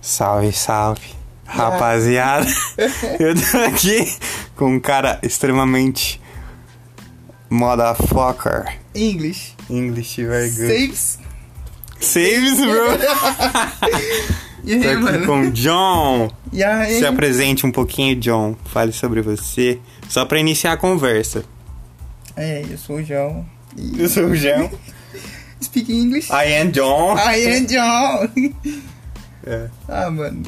Salve, salve. Rapaziada, eu tô aqui com um cara extremamente motherfucker. English. English very É good. Saves. Saves, bro. E aí, Tô aqui mano? com o John. E aí? Se apresente um pouquinho, John. Fale sobre você. Só pra iniciar a conversa. É, eu sou o João. E... Eu sou o John. Speak English. I am John. I am John. É. ah, mano.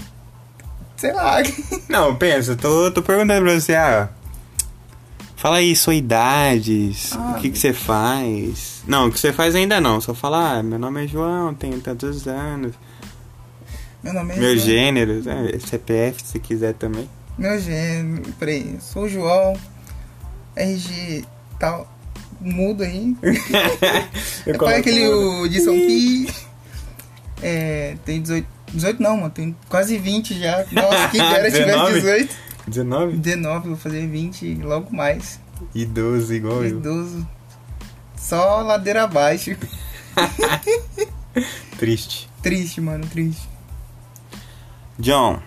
Sei lá. Não, pensa, tô, tô perguntando pra você, ah, fala aí sua idade, s- Ah, o que, que você faz. Não, o que você faz ainda não, só fala, ah, meu nome é João, tenho tantos anos, Meu nome é meu João. gênero, né, CPF se quiser também. Meu gênero. Peraí. Sou o João. RG tal. Mudo aí. Eu Qual coloco é aquele no- o de São Pi? É, tem 18. 18 não, mano. Tem quase 20 já. Nossa, quem dera eu tivesse 19? 18. 19 19, vou fazer 20 logo mais. e 12 igual eu, Idoso. Só ladeira abaixo. triste. Triste, mano, triste. John,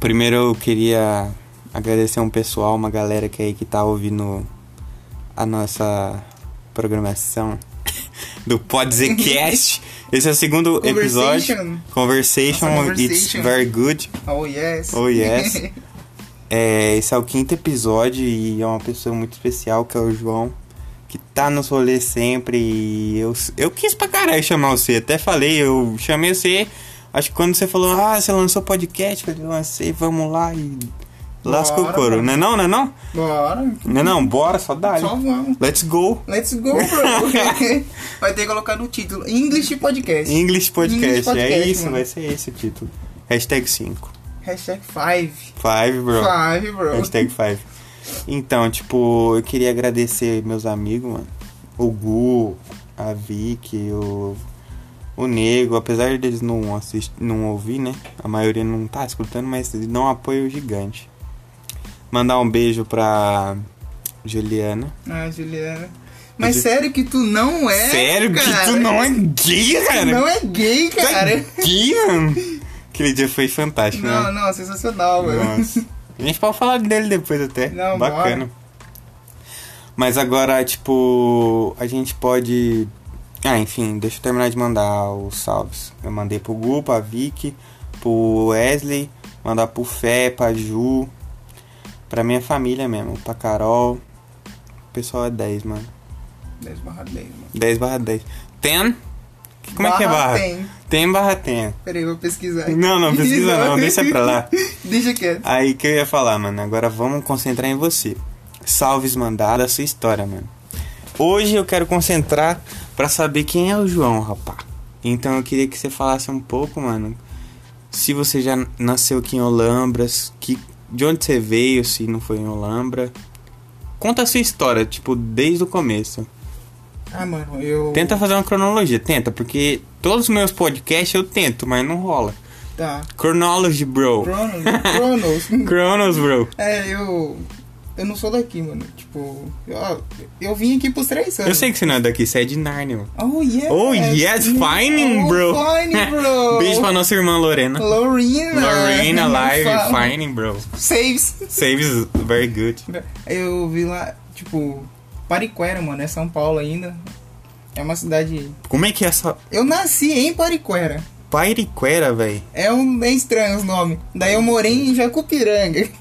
primeiro eu queria agradecer um pessoal, uma galera que aí que tá ouvindo a nossa programação do Podzecast. Esse é o segundo episódio. Conversation. Conversation, Nossa, it's Conversation. very good. Oh yes. Oh, yes. É, esse é o quinto episódio e é uma pessoa muito especial que é o João, que tá nos rolês sempre. E eu, eu quis pra caralho chamar você, até falei, eu chamei você. Acho que quando você falou, ah, você lançou podcast, eu falei, lancei, vamos lá e. Lasca o Bora, couro, não é mano. não, não é não? Bora. Não é não, bora, só dá. Só um vamos. Let's go! Let's go, bro. Vai ter que colocar no título. English Podcast. English Podcast, English Podcast, é isso, mano. vai ser esse o título. Hashtag 5. Hashtag 5. 5, bro. 5, bro. Hashtag 5. Então, tipo, eu queria agradecer meus amigos, mano. O Gu, a Vicky, o, o Nego. Apesar deles não, assist, não ouvir, né? A maioria não tá escutando, mas eles dão um apoio gigante. Mandar um beijo pra Juliana. Ah, Juliana. Mas Ju- sério que tu não é. Sério cara? que tu não é gay, cara? Não é gay, Tu é cara. gay, mano? Aquele dia foi fantástico, Não, né? não, sensacional, mano. Nossa. A gente pode falar dele depois até. Não, Bacana. bora. Mas agora, tipo, a gente pode. Ah, enfim, deixa eu terminar de mandar os salves. Eu mandei pro Gu, pra Vicky, pro Wesley, mandar pro Fé, pra Ju, pra minha família mesmo, pra Carol. O pessoal é 10, mano. 10 barra 10, mano. 10 barra 10. Ten? Que- Como é que é barra? Tem. Tem barra ten. Peraí, eu vou pesquisar. Não, não, pesquisa não, deixa pra lá. Deixa quieto. Aí que eu ia falar, mano. Agora vamos concentrar em você. Salves mandada, sua história, mano. Hoje eu quero concentrar pra saber quem é o João, rapá. Então eu queria que você falasse um pouco, mano. Se você já nasceu aqui em Olambras, que, de onde você veio, se não foi em Olambra. Conta a sua história, tipo, desde o começo. Ah, mano, eu. Tenta fazer uma cronologia, tenta, porque todos os meus podcasts eu tento, mas não rola. Tá. Chronology, bro. Cronos. Cronos. Chronos, bro. é, eu. Eu não sou daqui, mano. Tipo, eu, eu vim aqui pros três anos. Eu sei que você não é daqui, você é de Narnia, mano. Oh, yes. Oh, yes, finding, Oh, bro. Fine, bro. Beijo pra nossa irmã Lorena. Lorena. Lorena live, Fa- finding, bro. Saves. Saves very good. Eu vi lá, tipo, Pariquera, mano. É São Paulo ainda. É uma cidade. Como é que é essa Eu nasci em Pariquera. pairiquera, velho? É um é estranho os nomes. Daí eu morei em Jacupiranga.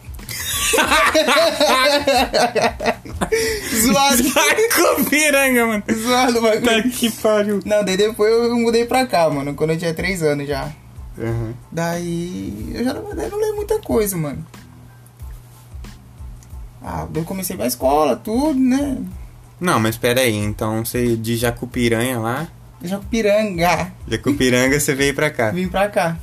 zoado, Taco piranga, mano. zoado, Tá bagulho. que pariu. Não, daí depois eu mudei pra cá, mano, quando eu tinha 3 anos já. Uhum. Daí eu já não, daí eu não lembro muita coisa, mano. Ah, eu comecei pra escola, tudo, né? Não, mas pera aí, então você de Jacupiranha lá, Jacupiranga. Jacupiranga você veio pra cá. Vim pra cá.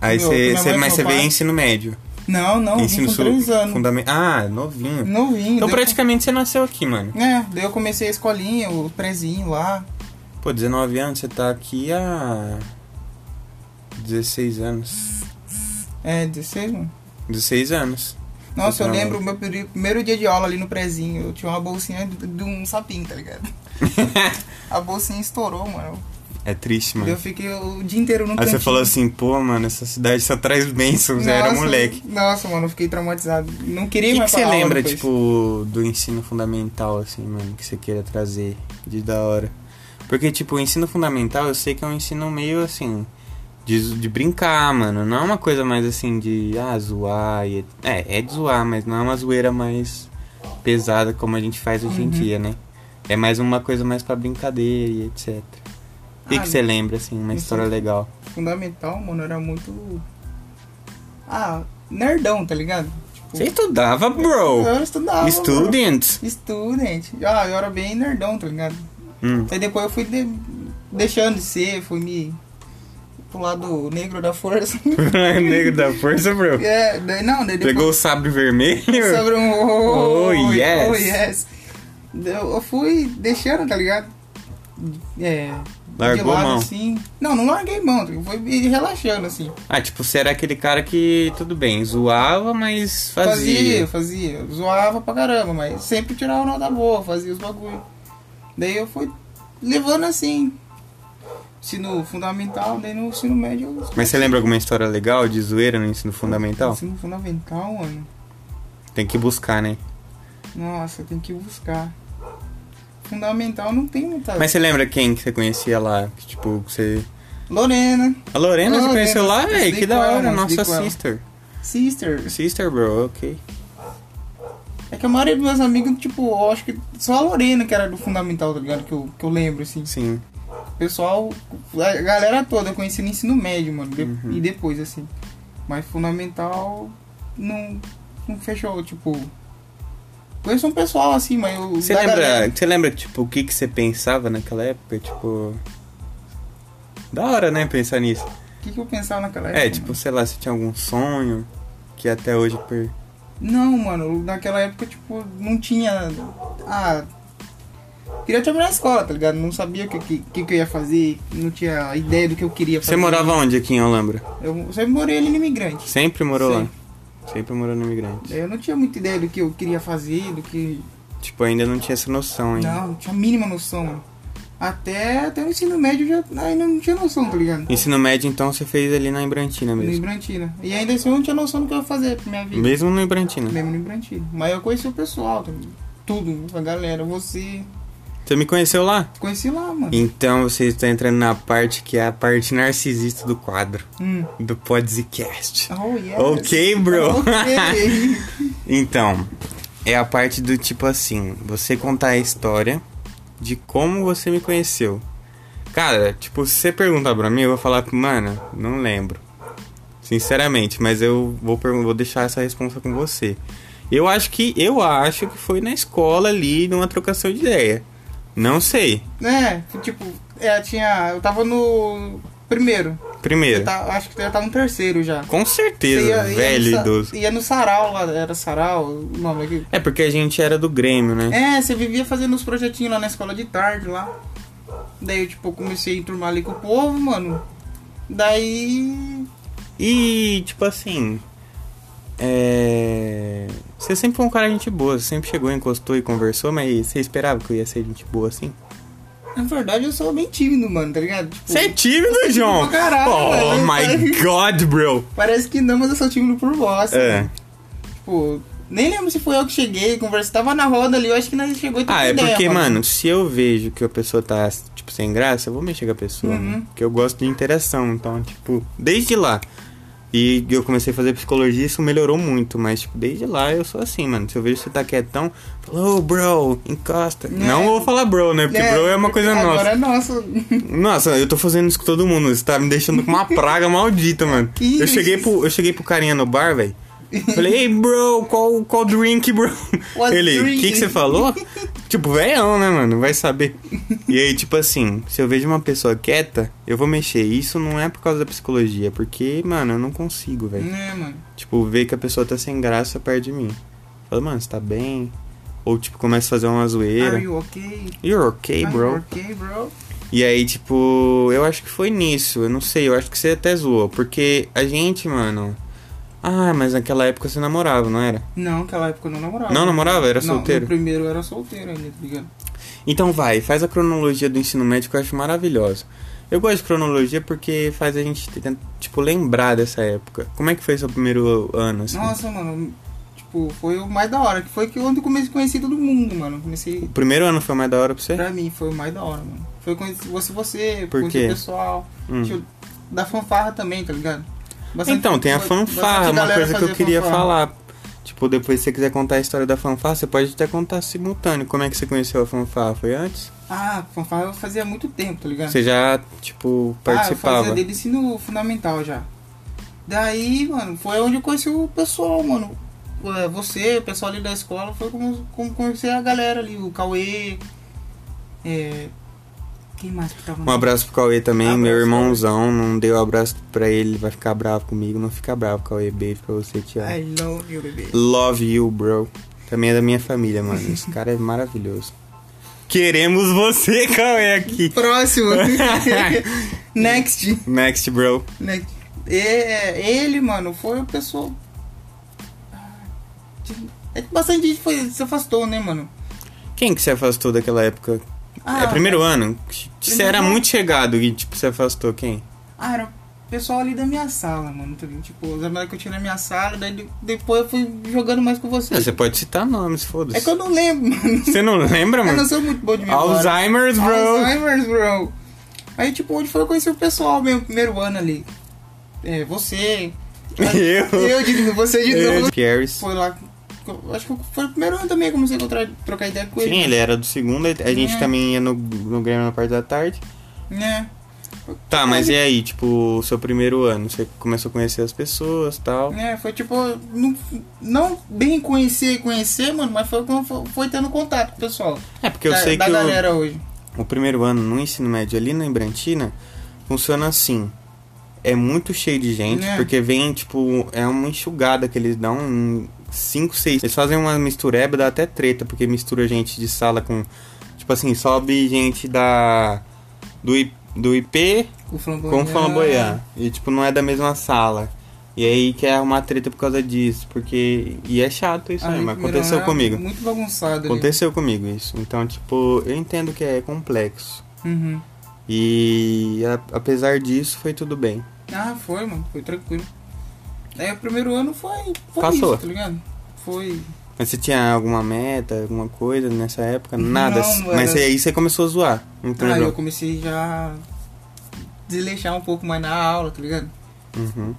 Aí Meu, você, minha você- mãe mas e você meu veio pai. ensino médio. Não, não, vim ensino com 3 anos. fundamental. Ah, novinho. Novinho. Então daí eu- praticamente você nasceu aqui, mano. É, daí eu comecei a escolinha, o prezinho lá. Pô, 19 anos, você tá aqui há 16 anos. É, 16, mano. 16 anos. Nossa, eu Não. lembro o meu peri- primeiro dia de aula ali no prezinho. Eu tinha uma bolsinha de, de um sapinho, tá ligado? a bolsinha estourou, mano. É triste, mano. Eu fiquei o dia inteiro no Aí você cantinho. falou assim, pô, mano, essa cidade só traz bênçãos. Eu era Nossa, moleque. Nossa, mano, eu fiquei traumatizado. Não O queria que, que mais você pra aula lembra, depois. tipo, do ensino fundamental, assim, mano, que você queira trazer de da hora? Porque, tipo, o ensino fundamental eu sei que é um ensino meio, assim, de, de brincar, mano. Não é uma coisa mais, assim, de, ah, zoar. E, é, é de zoar, mas não é uma zoeira mais pesada como a gente faz hoje em Uhum. dia, né? É mais uma coisa mais pra brincadeira e etc. O que, Ah, que você lembra, assim, uma isso- história legal? Fundamental, mano, era muito. Ah, nerdão, tá ligado? Tipo, Você estudava, bro! Eu estudava. mano. Student! Student. Ah, eu era bem nerdão, tá ligado? Hum. Aí depois eu fui de- deixando de ser, fui me. pro lado negro da força. Negro da força, bro. é, daí não, daí depois. Pegou o sabre vermelho? sobre um. Oh, yes. Oh, yes. Eu, eu fui deixando, tá ligado? É. Largou de lado, mão. assim. Não, não larguei mão, tá ligado? foi me relaxando, assim. Ah, tipo, você era aquele cara que, tudo bem, zoava, mas Fazia, fazia. fazia. Zoava pra caramba, mas sempre tirava nota boa, fazia os bagulho. Daí eu fui levando assim. Ensino fundamental, daí no ensino médio eu. Mas você lembra alguma história legal de zoeira no ensino fundamental? Ensino fundamental, mano. Tem que buscar, né? Nossa, tem que buscar. Fundamental não tem muita. Mas você lembra quem que você conhecia lá? Que, tipo, que você. Lorena, A Lorena, você Lorena, conheceu lá, estudei velho? Que com da ela, hora, estudei nossa com ela. sister. sister. Sister, bro, ok. É que a maioria dos meus amigos, tipo, eu acho que só a Lorena que era do fundamental, tá ligado? Que eu, que eu lembro, assim. Sim. O pessoal, a galera toda eu conheci no ensino médio, mano. de- Uhum. E depois, assim. Mas fundamental não, não fechou, tipo. Conheço um pessoal assim, mas eu. Você da lembra, galera- você lembra, tipo, o que, que você pensava naquela época? Tipo. Da hora, né, pensar nisso. O que, que eu pensava naquela época? É, tipo, sei lá, se tinha algum sonho que até hoje per... Não, mano, naquela época, tipo, não tinha. Ah. Queria terminar a escola, tá ligado? Não sabia o que, que, que que eu ia fazer, não tinha ideia do que eu queria fazer. Você morava onde aqui em Olambra? Eu sempre morei ali no imigrante. Sempre morou Sempre. lá? Sempre morou no Imigrante. Eu não tinha muita ideia do que eu queria fazer, do que. Tipo, ainda não tinha essa noção ainda. Não, não tinha a mínima noção, mano. Até, até o ensino médio eu já ainda não tinha noção, tá ligado? Ensino médio, então, você fez ali na Embrantina No mesmo. Ibrantina. E ainda assim eu não tinha noção do que eu ia fazer pra minha vida. Mesmo no Ibrantina. Mesmo no Ibrantina. Mas eu conheci o pessoal, tá ligado? tudo, a galera, você. Você me conheceu lá? Conheci lá, mano. Então, você está entrando na parte que é a parte narcisista do quadro. Hum. Do podcast. Oh, yes. Ok, bro. Ok. Então, é a parte do tipo assim, você contar a história de como você me conheceu. Cara, tipo, se você perguntar pra mim, eu vou falar que, mano, não lembro. Sinceramente, mas eu vou, pergun- vou deixar essa resposta com você. Eu acho que eu acho que foi na escola ali, numa trocação de ideia. Não sei. é, foi tipo, é, tinha. Eu tava no. Primeiro. Primeiro, Tá- acho que eu já tava no terceiro já. com certeza, Você velho no sa- idoso. Ia no sarau lá, era sarau, o nome aqui. É porque a gente era do Grêmio, né? É, você vivia fazendo uns projetinhos lá na escola de tarde lá. Daí eu, tipo, comecei a turmar ali com o povo, mano. Daí. E, tipo assim. É. Você sempre foi um cara gente boa, você sempre chegou, encostou e conversou, mas você esperava que eu ia ser gente boa assim? Na verdade eu sou bem tímido, mano, tá ligado? Tipo, Você é tímido, João! pra caralho, oh velho. my god, bro! Parece que não, mas eu sou tímido por bosta. É. Tipo, nem lembro se foi eu que cheguei, conversei. Tava na roda ali, eu acho que nós chegou e trocou Ah, é ideia, porque, mano, se eu vejo que a pessoa tá, tipo, sem graça, eu vou mexer com a pessoa, Uhum. né? Porque eu gosto de interação, então, tipo, desde lá. E eu comecei a fazer psicologia isso melhorou muito, mas, tipo, desde lá eu sou assim, mano. Se eu vejo que você tá quietão, eu falo, ô, bro, encosta. É. Não vou falar bro, né? Porque bro é uma coisa agora nossa. Agora é nosso. Nossa, eu tô fazendo isso com todo mundo. Você tá me deixando com uma praga maldita, mano. Que eu, cheguei isso? pro, eu cheguei pro carinha no bar, velho. Falei, ei, bro, qual, qual drink, bro? What Ele, o drink?" que, que você falou? tipo, velhão, né, mano? Vai saber. E aí, tipo assim, se eu vejo uma pessoa quieta, eu vou mexer. Isso não é por causa da psicologia, é porque, mano, eu não consigo, velho. É, mano. Tipo, ver que a pessoa tá sem graça perto de mim. Fala, mano, você tá bem? Ou, tipo, começa a fazer uma Are zoeira. you okay? You're okay, Are bro. you okay, bro? E aí, tipo, eu acho que foi nisso. Eu não sei, eu acho que você até zoou. Porque a gente, mano, Ah, mas naquela época você namorava, não era? Não, naquela época eu não namorava. Não namorava? Era Não, solteiro? No primeiro eu era solteiro ainda, tá ligado? Então vai, faz a cronologia do ensino médio que eu acho maravilhosa. Eu gosto de cronologia porque faz a gente, tentar, tipo, lembrar dessa época. Como é que foi seu primeiro ano, assim? Nossa, mano, tipo, foi o mais da hora. Que foi que onde eu comecei a conhecer todo mundo, mano. Comecei. O primeiro ano foi o mais da hora pra você? Pra mim, foi o mais da hora, mano. Foi conhecer você, você, Por conhecer quê? o pessoal. Hum. Tipo, da fanfarra também, tá ligado? então, tem a foi- fanfarra, bastante uma galera coisa que eu fazia queria fanfarra. falar. Tipo, depois se você quiser contar a história da fanfarra, você pode até contar simultâneo. Como é que você conheceu a fanfarra? Foi antes? Ah, fanfarra eu fazia há muito tempo, tá ligado? Você já, tipo, Ah, eu participava? fazia desde o ensino fundamental já. Daí, mano, foi onde eu conheci o pessoal, mano. Ué, Você, o pessoal ali da escola, foi como, como conheci a galera ali, o Cauê. É... Quem mais que tava? Um abraço pro Cauê também, Abraço, meu Cauê. irmãozão. Não dei o abraço pra ele, ele vai ficar bravo comigo. Não fica bravo, Cauê. Beijo pra você, te amo. I love you, bebê. Love you, bro. Também é da minha família, mano. Esse cara é maravilhoso. Queremos você, Cauê, aqui. Próximo. Next. Next, bro. Next. É, ele, mano, foi o pessoal. Ah, É que bastante gente foi, se afastou, né, mano? Quem que se afastou daquela época? Ah, é primeiro ano? Você primeiro era ano. muito chegado e, tipo, se afastou. Quem? Ah, era o pessoal ali da minha sala, mano. tá ligado? Tipo, os amigos que eu tinha na minha sala, daí de- depois eu fui jogando mais com Ah, vocês. Você pode citar nomes, foda-se. É que eu não lembro, mano. Você não lembra, Eu não mano? sou muito bom de memória. Alzheimer's, bro. Alzheimer's, bro. Aí, tipo, onde foi eu conheci o pessoal mesmo, primeiro ano ali. É, você. Eu. Eu de novo, você de é novo. Pierce. Foi lá. Acho que foi o primeiro ano também que eu comecei a encontrar, trocar ideia com ele. Sim, ele era do segundo. A gente É. também ia no, no Grêmio na parte da tarde. Né? Tá, mas e aí? Tipo, o seu primeiro ano? Você começou a conhecer as pessoas e tal. É, foi tipo, não, não bem conhecer, conhecer, mano, mas foi, como foi, foi tendo contato com o pessoal. É, porque eu da, sei da que o- galera hoje. o primeiro ano no ensino médio ali na Embrantina funciona assim. É muito cheio de gente, Né? porque vem, tipo, é uma enxugada que eles dão em 5, 6. Eles fazem uma mistureba, dá até treta, porque mistura gente de sala com. Tipo assim, sobe gente da. do, I- do IP Com o Flamboyant. Ah, com flamboyant. E, tipo, não é da mesma sala. E aí quer arrumar treta por causa disso, porque. E é chato isso Aí, mesmo, primeiro aconteceu era comigo. Muito bagunçado. ali. Aconteceu comigo isso. Então, tipo, eu entendo que é complexo. Uhum. E a- apesar disso, foi tudo bem. Ah, foi, mano, foi tranquilo. Aí o primeiro ano foi. foi Passou. Isso, tá ligado? Foi. Mas você tinha alguma meta, alguma coisa nessa época? Nada. Não, mano. Mas aí você começou a zoar. Entendeu? Aí eu comecei já a desleixar um pouco mais na aula, tá ligado? Uhum.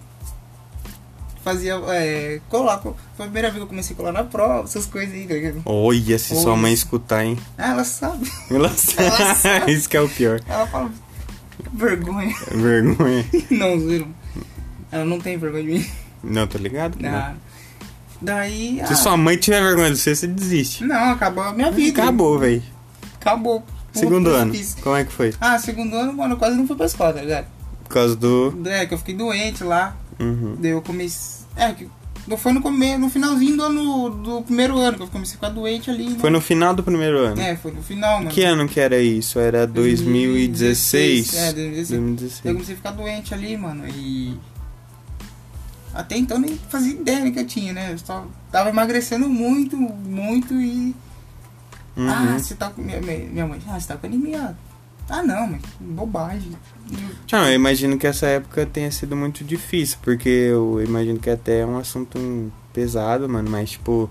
Fazia. É, colar. Foi a primeira vez que eu comecei a colar na prova, essas coisas aí, tá ligado? Olha, se sua Olha. mãe escutar, hein? Ah, ela sabe. Ela- sabe. isso que é o pior. É Ela fala. Vergonha. Vergonha. Não, zoeira. Ela não tem vergonha de mim. Não, tô ligado? que não. Ah, Daí. Se ah, sua mãe tiver vergonha de você, você desiste. Não, acabou a minha vida. É, Acabou, velho. Acabou. Segundo Puta, ano. fiz. Como é que foi? Ah, segundo ano, mano, eu quase não fui pra escola, tá ligado? Por causa do. É, que eu fiquei doente lá. Uhum. Daí eu comecei. É, que não foi no começo, no finalzinho do ano do primeiro ano, que eu comecei a ficar doente ali. né? Foi no final do primeiro ano. É, foi no final, mano. Que ano que era isso? Era 2016. É, 2016. Daí eu 2016. comecei a ficar doente ali, mano. E. Até então nem fazia ideia do que eu tinha, né? Eu só tava emagrecendo muito, muito e. Ah, Uhum. você tá com. Minha, minha minha mãe, ah, você tá com anemia. Ah, não, mas bobagem. Não, eu imagino que essa época tenha sido muito difícil, porque eu imagino que até é um assunto hum, pesado, mano, mas tipo,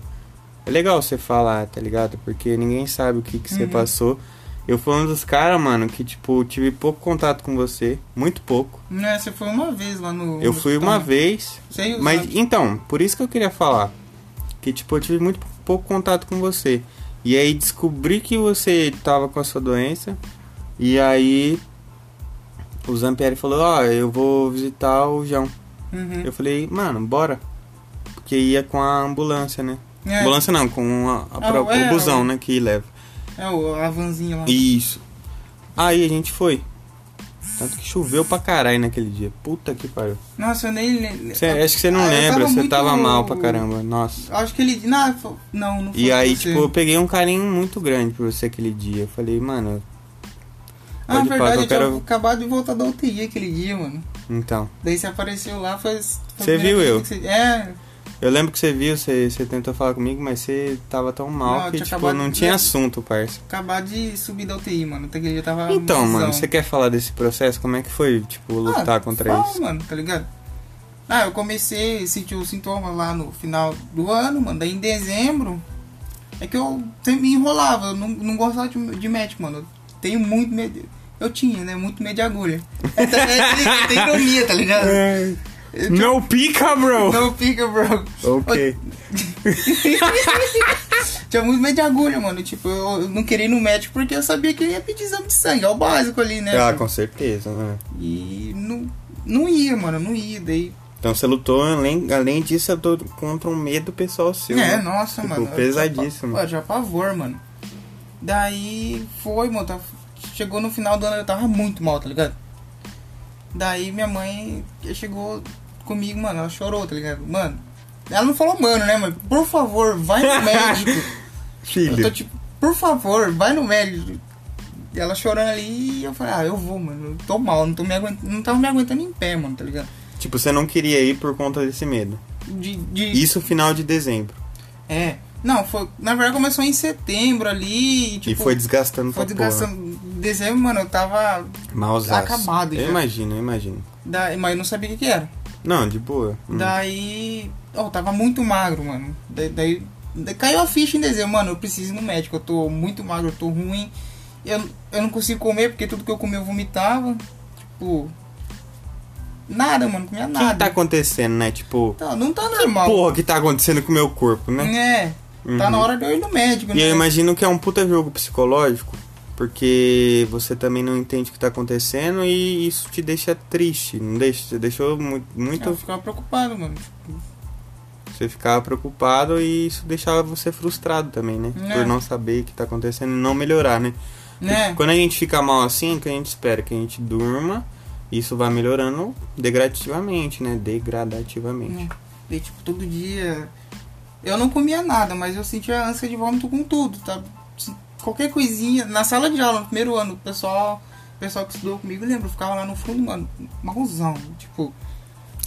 é legal você falar, tá ligado? Porque ninguém sabe o que, que você Uhum. passou. Eu fui um dos caras, mano, que tipo, tive pouco contato com você, muito pouco. Né, você foi uma vez lá no. eu no fui hospital, uma né? vez, Sem usar. mas então, por isso que eu queria falar, que tipo, eu tive muito pouco contato com você. E aí descobri que você tava com a sua doença, e aí o Zampieri falou, ó, eu vou visitar o João. Uhum. Eu falei, mano, bora. Porque ia com a ambulância, né? É, Ambulância não, com a, a Ah, pro- é, o busão, é. né? Que leva. é o, a vanzinha lá. Isso. Aí a gente foi. Tanto que choveu pra caralho naquele dia. Puta que pariu. Nossa, eu nem. le- Cê- acho que você não Ah, eu lembra, tava você muito- tava mal pra caramba. Nossa. Acho que ele. Não, fo- não, não foi E aí, você. tipo, eu peguei um carinho muito grande por você aquele dia. Eu falei, mano, Ah, pode na falar que Ah, verdade, eu eu tinha quero- acabado de voltar da UTI aquele dia, mano. Então. Daí você apareceu lá, foi. foi a Você primeira viu vez que você- É, Eu lembro que você viu, você, você tentou falar comigo, mas você tava tão mal Não, eu que, tinha tipo, acabado não de- tinha assunto, parça. acabar de subir da UTI, mano. Até que eu já tava. Então, mano, mauzão. você quer falar desse processo? Como é que foi, tipo, lutar Ah, contra fala, isso? mano, tá ligado? Ah, eu comecei a sentir os sintomas lá no final do ano, mano. Daí em dezembro é que eu sempre me enrolava. Eu não, não gostava de, de médico, mano. Eu tenho muito medo. Eu tinha, né? Muito medo de agulha. É, tá- é, tem ironia, tá ligado? É. Eu tinha- No pica, bro! Não fica, bro. Ok. Tinha muito medo de agulha, mano. Tipo, eu, eu não queria ir no médico porque eu sabia que ia pedir exame de sangue. É o básico ali, né? Ah, Tipo, com certeza, né? E não, não ia, mano. Não ia. Daí Então você lutou, além, além disso, eu tô contra um medo pessoal seu. né? É, nossa, Tipo, mano. eu- pesadíssimo. Pô, já pavor, mano. Daí foi, mano. tava- Chegou no final do ano, eu tava muito mal, tá ligado? Daí minha mãe chegou comigo, mano. Ela chorou, tá ligado? Mano, ela não falou, mano, né, mano? Por favor, vai no médico. Eu tô Filho. tipo, por favor, vai no médico. E Ela chorando ali e eu falei, ah, eu vou, mano. Eu tô mal, não, tô me aguent... não tava me aguentando em pé, mano, tá ligado? Tipo, você não queria ir por conta desse medo. De, de... Isso final de dezembro. É. Não, foi. Na verdade começou em setembro ali. E, tipo, e foi desgastando Foi pra porra. desgastando. Dezembro, mano, eu tava. Mausaço. Tá acabado Eu já. imagino, eu imagino. Da... Mas eu não sabia o que, que era. Não, de boa. Hum. Daí. ó, eu tava muito magro, mano. Da- Daí, daí Caiu a ficha em dezembro, mano. Eu preciso ir no médico. Eu tô muito magro, eu tô ruim. Eu, eu não consigo comer porque tudo que eu comia eu vomitava. Tipo. Nada, mano, comia O que, que tá nada. acontecendo, né? Tipo, Então, não tá normal. porra, o que tá acontecendo com o meu corpo, né? né? Tá Uhum. na hora de eu ir no médico, E né? eu imagino que é um puta jogo psicológico, porque você também não entende o que tá acontecendo e isso te deixa triste, não deixa? Você deixou mu- Eu muito. ficava preocupado, mano. Tipo, Você ficava preocupado e isso deixava você frustrado também, né? É. Por não saber o que tá acontecendo e não melhorar, né? né? Quando a gente fica mal assim, o que a gente espera? Que a gente durma, isso vai melhorando degradativamente, né? Degradativamente. né? E, tipo, todo dia. Eu não comia nada, mas eu sentia ânsia de vômito com tudo, tá? Se- Qualquer coisinha. Na sala de aula, no primeiro ano, o pessoal, o pessoal que estudou comigo, lembra? Eu ficava lá no fundo, mano, malzão. Tipo,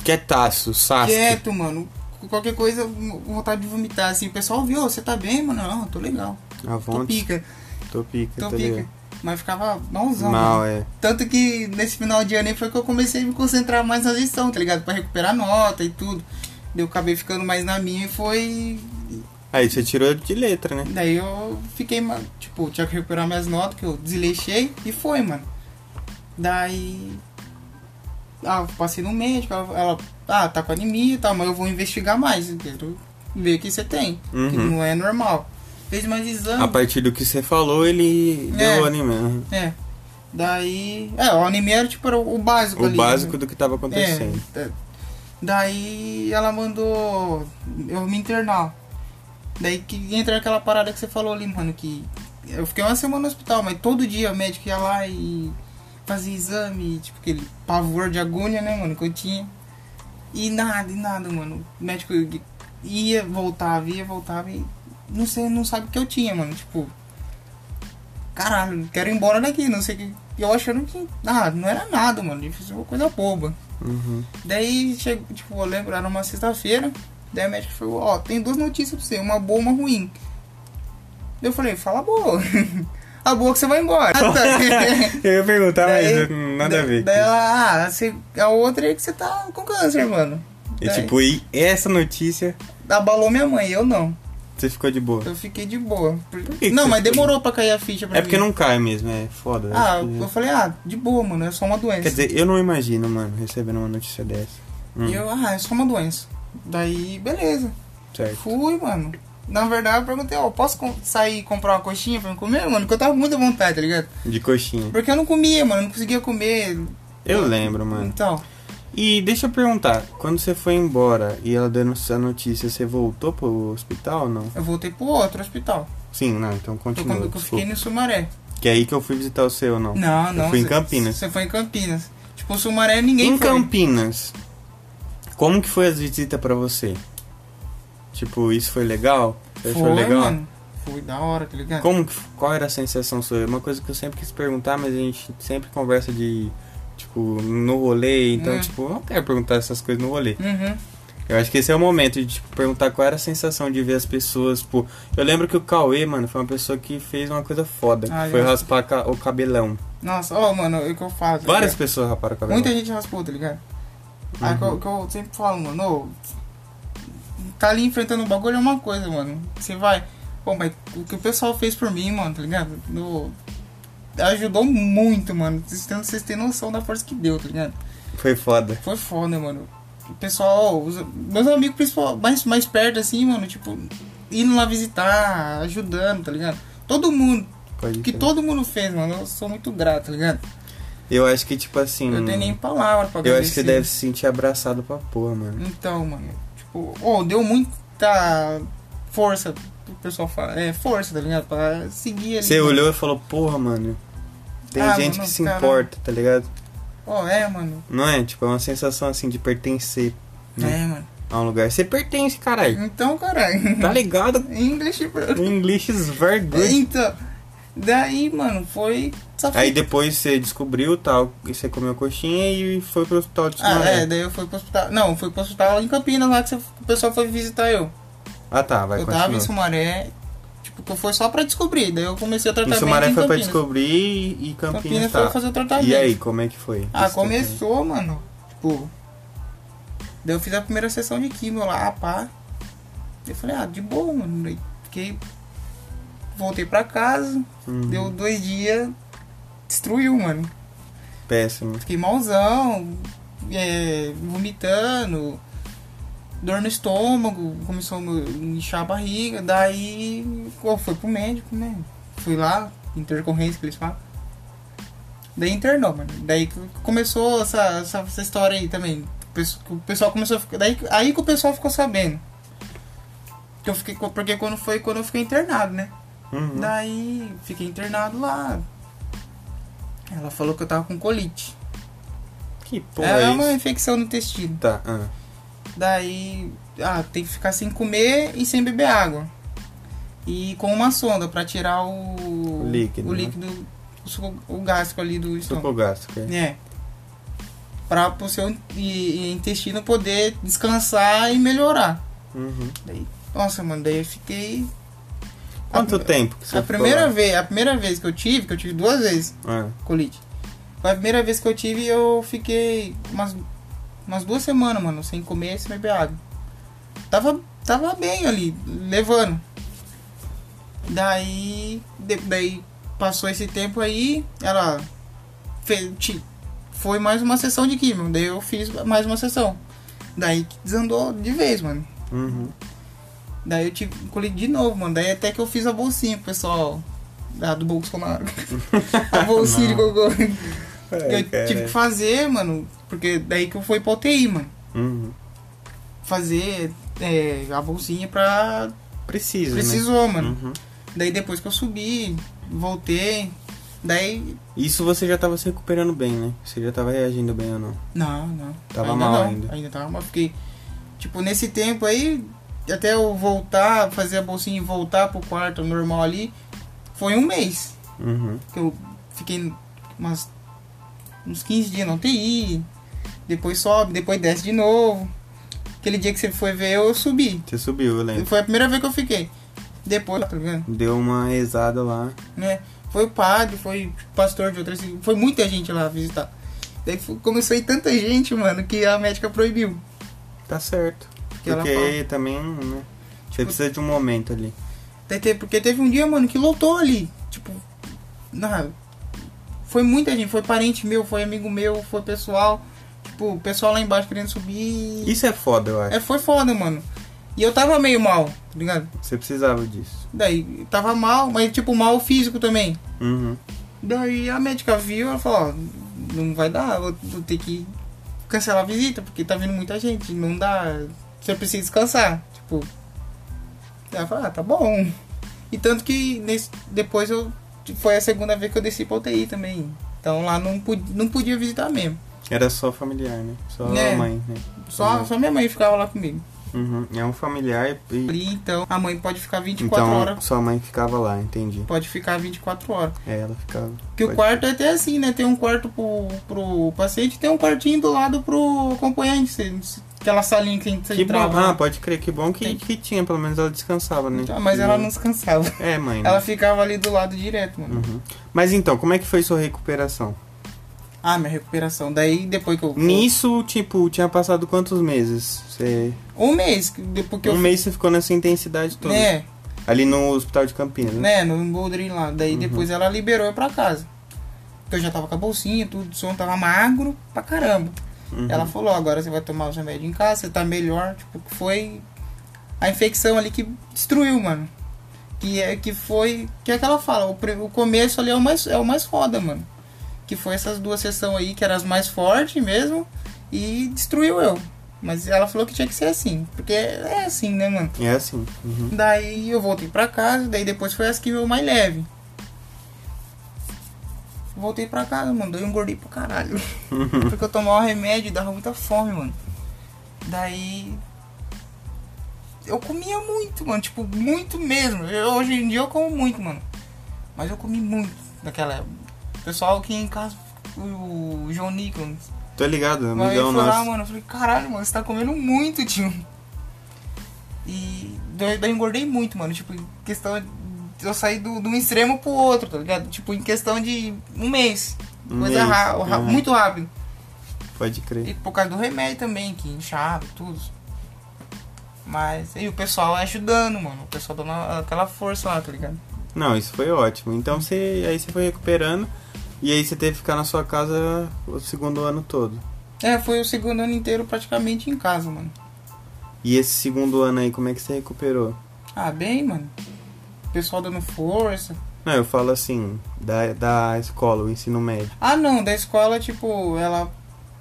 Quietaço, é sastre. quieto, mano. Qualquer coisa, vontade de vomitar, assim. O pessoal viu, "Ô, você tá bem, mano? Não, eu tô legal. A Tô vontade. pica, Tô pica, tô tá pica. ligado? Mas ficava malzão. Mal, mano. é. Tanto que nesse final de ano aí foi que eu comecei a me concentrar mais na lição, tá ligado? Pra recuperar nota e tudo. Daí Eu acabei ficando mais na minha e foi. Aí você tirou de letra, né? Daí eu fiquei, ma- tipo, tinha que recuperar minhas notas, que eu desleixei e foi, mano. Daí. Ah, eu passei no médico, ela, ela, ah, tá com anemia e tal, mas eu vou investigar mais, eu quero ver o que você tem, que Uhum. não é normal. Fez mais exame. A partir do que você falou, ele É. deu né? o anime. É. Daí. É, o anemia era tipo era o básico O ali. básico do que tava É, acontecendo. é. daí ela mandou eu me internar. Daí que entra aquela parada que você falou ali, mano, que eu fiquei uma semana no hospital, mas todo dia o médico ia lá e fazia exame, tipo aquele pavor de agulha, né, mano, que eu tinha. E nada, e nada, mano. O médico ia, voltava, ia, voltava e não sei, não sabe o que eu tinha, mano, tipo Caralho, quero ir embora daqui, não sei o que. Eu achando que. Ah, não era nada, mano. Isso é uma coisa boba. Uhum. Daí, chegou, tipo, eu lembro, era uma sexta-feira. Daí a médica falou, ó, tem duas notícias pra você, uma boa e uma ruim. Daí Eu falei, fala a boa. A boa é que você vai embora. Ah, tá. Eu ia perguntar, Daí- mas Então, nada a ver. Daí ela, ah, você- a outra é que você tá com câncer, mano. e Daí tipo, e essa notícia, abalou minha mãe, eu não. você ficou de boa. Eu fiquei de boa. que não, que mas você- demorou pra cair a ficha pra É mim. porque não cai mesmo, é foda. né? Ah, Porque- eu falei, ah, de boa, mano, é só uma doença. Quer dizer, eu não imagino, mano, recebendo uma notícia dessa. Hum, E eu, ah, é só uma doença. Daí, beleza. certo. Fui, mano. Na verdade, eu perguntei, ó, posso com- sair e comprar uma coxinha pra eu comer, mano? Porque eu tava com muita vontade, tá ligado? De coxinha. Porque eu não comia, mano, eu não conseguia comer. Eu lembro, mano. Então, E deixa eu perguntar, quando você foi embora e ela dando essa notícia, você voltou pro hospital ou não? eu voltei pro outro hospital. Sim, não, então Eu, continua. come- eu fiquei desculpa. no Sumaré. Que é aí que eu fui visitar o seu, não? Não, Eu não. fui em cê- Campinas. Você foi em Campinas. Tipo, o Sumaré ninguém em foi. Campinas, como que foi as visitas pra você? Tipo, isso foi legal? Você achou Foi, legal? mano. Foi da hora, tá ligado? É Como que- qual era a sensação sua? Uma coisa que eu sempre quis perguntar, mas a gente sempre conversa de tipo, no rolê. Então, É. tipo, eu não quero perguntar essas coisas no rolê. Uhum. Eu acho que esse é o momento de tipo, perguntar qual era a sensação de ver as pessoas. Tipo, eu lembro que o Cauê, mano, foi uma pessoa que fez uma coisa foda. Ah, que foi eu- raspar ca- o cabelão. Nossa, ó, mano, é o que eu falo. tá Várias ligado? pessoas raparam o cabelão. Muita gente raspou, tá ligado? Uhum. Aí que eu, que eu sempre falo, mano, ô, tá ali enfrentando o bagulho é uma coisa, mano. Você vai. Pô, mas o que o pessoal fez por mim, mano, tá ligado? No- ajudou muito, mano. Vocês têm, vocês têm noção da força que deu, tá ligado? Foi foda. Foi foda, mano. O pessoal, os- meus amigos principal, mais, mais perto, assim, mano, tipo, indo lá visitar, ajudando, tá ligado? Todo mundo, Pode que crer. todo mundo fez, mano. Eu sou muito grato, tá ligado? Eu acho que, tipo assim. Eu tenho nem palavra pra eu acho que você agradecer. deve se sentir abraçado pra porra, mano. Então, mano, tipo, oh, deu muita força, o pessoal fala, é força, tá ligado? Pra seguir ali. Você mano. olhou e falou, porra, mano. Tem Ah, gente mano, que se cara. importa, tá ligado? Ó, é, mano. Não é? Tipo, é uma sensação assim de pertencer Hum. É, mano. a um lugar. Você pertence, caralho. Então, caralho. Tá ligado? um English, bro. English is very good. Então, daí, mano, foi. Só Aí foi- depois você descobriu tal, e você comeu coxinha e foi pro hospital de Ah, é, Sumaré. daí eu fui pro hospital. Não, fui pro hospital em Campinas lá que você- o pessoal foi visitar eu. Ah tá, vai eu tava em continuar. Sumaré, tipo, que foi só pra descobrir. Daí eu comecei o Em tratamento. Sumaré em foi pra Campinas. descobrir e e Campinas, Campinas tá. foi fazer o tratamento. E aí, como é que foi? Ah, Esse começou, mano. Tipo. Daí eu fiz a primeira sessão de químio lá, pá. Eu falei, ah, de boa, mano. Daí Fiquei. Voltei pra casa. tratamento? Uhum. Deu dois dias. Destruiu, mano. Péssimo. Fiquei malzão. é, vomitando. Dor no estômago. Começou a me inchar a barriga. Daí. Eu fui pro médico, né? Fui lá, intercorrência que eles falam. Daí internou, mano. Daí que começou essa, essa, essa história aí também. O pes- que O pessoal começou a ficar. Daí, que- aí que o pessoal ficou sabendo. Que eu fiquei, co- porque quando foi quando eu fiquei internado, né? Uhum. Daí fiquei internado lá. Ela falou que eu tava com colite. Que porra é é isso? uma infecção no intestino. Tá, ah. Daí, ah, tem que ficar sem comer e sem beber água. E com uma sonda pra tirar o, O líquido, o né? líquido, o, suco- o gástrico ali do estômago. Suco gástrico. é. É. Pra o seu in- e- e intestino poder descansar e melhorar. Uhum. Daí, nossa, mano, daí eu fiquei. Quanto a, tempo que você A ficou primeira lá? vez, a primeira vez que eu tive, que eu tive duas vezes Ah, colite. Foi A primeira vez que eu tive, eu fiquei umas, umas duas semanas, mano, sem comer, sem beber água. Tava, tava bem ali, levando. Daí, de- daí passou esse tempo aí, ela fe- ti- foi mais uma sessão de químio, daí eu fiz mais uma sessão. Daí que desandou de vez, mano. uhum. Daí eu tive colite de novo, mano. Daí até que eu fiz a bolsinha, pro pessoal. Da, do Bolsonaro. a bolsinha de Não. gogô. É, eu cara. tive que fazer, mano. Porque daí que eu fui pra UTI, mano. Uhum. Fazer é, a bolsinha pra. Preciso, Precisou, né? mano. Uhum. Daí depois que eu subi, voltei. Daí. Isso você já tava se recuperando bem, né? Você já tava reagindo bem ou não? Não, não. Tava mal não. ainda. Ainda tava mal. Fiquei. Tipo, nesse tempo aí, até eu voltar, fazer a bolsinha e voltar pro quarto normal ali, foi um mês. Uhum. que eu fiquei umas, uns 15 dias na UTI, depois sobe, depois desce de novo. Aquele dia que você foi ver, eu subi. Você subiu, eu lembro. Foi a primeira vez que eu fiquei. Depois, tá ligado? Deu uma rezada lá. Né? Foi o padre, foi o pastor de outras. Foi muita gente lá visitar. Daí fu- começou a ir tanta gente, mano, que a médica proibiu. Tá certo. Que ela Tipo, Porque também, né? Você precisa de um momento ali. Daí te- Porque teve um dia, mano, que lotou ali. Tipo, na... foi muita gente. Foi parente meu, foi amigo meu, foi pessoal. Tipo, o pessoal lá embaixo querendo subir. Isso é foda, eu acho. É, foi foda, mano. E eu tava meio mal, tá ligado? Você precisava disso. Daí, tava mal, mas tipo, mal físico também. Uhum. Daí a médica viu, ela falou, ó, não vai dar, vou, vou ter que cancelar a visita, porque tá vindo muita gente, não dá, você precisa descansar, tipo. Daí Ela falou, ah, tá bom. E tanto que nesse- depois eu. Foi a segunda vez que eu desci pra UTI também. Então lá não, pod- não podia visitar mesmo. Era só familiar, né? Só É. a mãe, né? Só, Uhum. só minha mãe ficava lá comigo. Uhum. É um familiar e. E, Então, a mãe pode ficar 24 Então, horas. sua mãe ficava lá, entendi. Pode ficar 24 horas. É, ela ficava. Porque o pode- quarto é até assim, né? Tem um quarto pro, pro paciente e tem um quartinho do lado pro acompanhante. se- se- Aquela salinha que a gente Que bom, entrava. ah, lá. pode crer, que bom que, Tem. que tinha, pelo menos ela descansava, né? Então, mas ela não descansava. É, mãe. né? Ela ficava ali do lado direto, mano. Uhum. Mas então, como é que foi sua recuperação? Ah, minha recuperação. Daí depois que eu. Nisso, tipo, tinha passado quantos meses? Você... Um mês. que- Depois que eu. Um mês você ficou nessa intensidade toda. Né, Ali no hospital de Campinas, né? né, no Boldrin lá. Uhum. Daí depois ela liberou eu pra casa. Então eu já tava com a bolsinha, tudo, o som tava magro pra caramba. Uhum. Ela falou, agora você vai tomar os remédios em casa, você tá melhor. Tipo, que foi a infecção ali que destruiu, mano. Que, é, que foi. Que é que ela fala? O, pri- o começo ali é o, mais, é o mais foda, mano. Que foi essas duas sessões aí, que eram as mais fortes mesmo, e destruiu eu. Mas ela falou que tinha que ser assim. Porque é assim, né, mano? É assim. Uhum. Daí eu voltei pra casa, daí depois foi as que veio mais leve. Voltei pra casa, mano, daí eu engordei pra caralho. Porque eu tomava remédio e dava muita fome, mano. Daí. Eu comia muito, mano, tipo, muito mesmo. Eu- hoje em dia eu como muito, mano. Mas eu comi muito naquela época. O pessoal aqui em casa, o João Nicholas, Tô ligado, Aí eu amigão fui lá, nosso. mano, eu falei, caralho, mano, você tá comendo muito, tio. E daí daí eu engordei muito, mano. Tipo, em questão. de Eu saí do, de um extremo pro outro, tá ligado? Tipo, em questão de um mês. Um Coisa mês, ra- ra- uhum. muito rápido. Pode crer. E por causa do remédio também, que inchava e tudo. Mas. E o pessoal ajudando, mano. O pessoal dando aquela força lá, tá ligado? Não, isso foi ótimo. Então você aí você foi recuperando e aí você teve que ficar na sua casa o segundo ano todo. É, foi o segundo ano inteiro praticamente em casa, mano. E esse segundo ano aí, como é que você recuperou? Ah, bem, mano. O pessoal dando força. Não, eu falo assim, da, da escola, o ensino médio. Ah, não, da escola, tipo, ela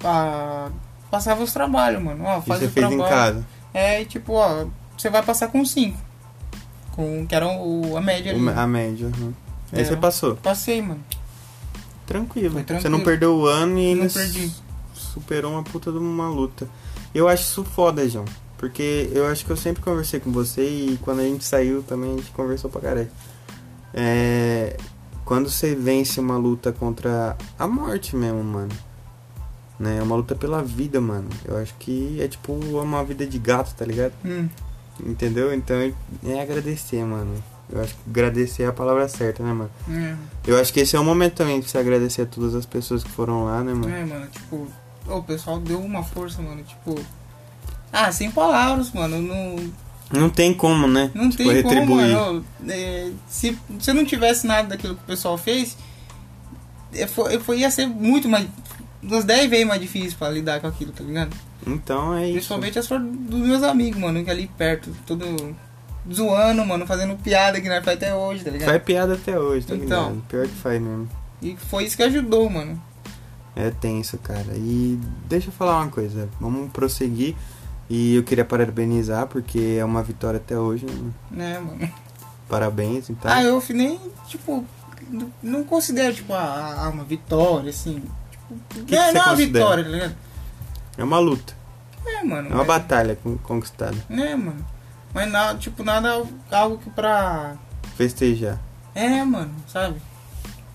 ah, passava os trabalhos, mano. Ó, E faz você o fez trabalho. em casa. É, e tipo, ó, você vai passar com cinco. Com, que era o, a média ali. o- a média. uhum. Aí É. você passou. Passei, mano. Tranquilo. Foi Você tranquilo. não perdeu o ano e ainda Não perdi. su- superou uma puta de uma luta. Eu acho isso foda, João. Porque eu acho que eu sempre conversei com você e quando a gente saiu também a gente conversou pra caralho. É, Quando você vence uma luta contra a morte mesmo, mano. Né? É uma luta pela vida, mano. Eu acho que é tipo uma vida de gato, tá ligado? Hum. Entendeu? Então é agradecer, mano. Eu acho que agradecer é a palavra certa, né, mano? É, Eu acho que esse é o momento também pra você agradecer a todas as pessoas que foram lá, né, mano? é, mano, tipo, ó, o pessoal deu uma força, mano, tipo. Ah, sem palavras, mano. Não, Não tem como, né? não tipo, tem como, retribuir. mano. É, se, se eu não tivesse nada daquilo que o pessoal fez, é, foi, foi- ia ser muito mais. Umas 10 vezes mais difícil pra lidar com aquilo, tá ligado? Então é isso. Principalmente as flores dos meus amigos, mano, que é ali perto, todo zoando, mano, fazendo piada que nós faz até hoje, tá ligado? Faz é piada até hoje, tá Então. ligado? Pior que faz mesmo. E foi isso que ajudou, mano. É tenso, cara. E deixa eu falar uma coisa. Vamos prosseguir. E eu queria parabenizar, porque é uma vitória até hoje, né? mano? Né, mano? Parabéns, então. Ah, eu fi- nem, tipo, n- não considero, tipo, a, a- uma vitória, assim. Tipo, que é, você não é uma considera? vitória, tá ligado? É uma luta. É, mano. É uma mas- batalha con- conquistada. Né, mano? Mas nada, tipo, nada algo que pra. Festejar. É, mano, sabe?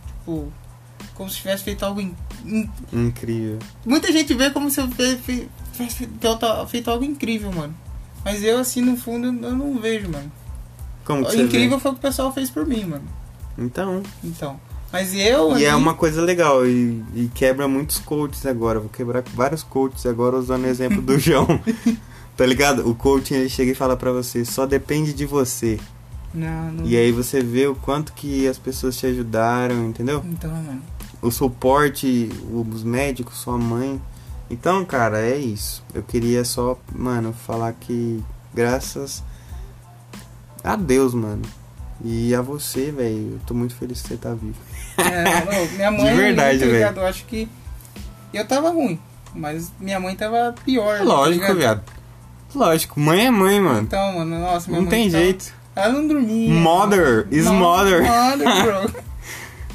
Tipo, como se tivesse feito algo in- in- Incrível. Muita gente vê como se eu fe- fe- tivesse feito- feito algo incrível, mano. Mas eu, assim, no fundo, eu não vejo, mano. Como que O você É incrível foi o que o pessoal fez por mim, mano. vê? Então. Então. Mas eu. E é ali- uma coisa legal, e, e quebra muitos coaches agora. Vou quebrar vários coaches agora usando o exemplo do João. tá ligado? O coaching ele chega e fala pra você, só depende de você. Não, não. E aí você vê o quanto que as pessoas te ajudaram, entendeu? Então, mano. O suporte, os médicos, sua mãe. Então, cara, é isso. Eu queria só, mano, falar que graças a Deus, mano. E a você, velho. Eu tô muito feliz que você tá vivo. É, não, minha mãe. De verdade, tá velho. ligado? Eu acho que. Eu tava ruim. Mas minha mãe tava pior. É tá Lógico, ligado? viado. Lógico, mãe é mãe, mano. Então, mano, nossa, minha Não mãe. tem tava- jeito. Ela não dormia. Mother is Nossa, mother. Mother, bro.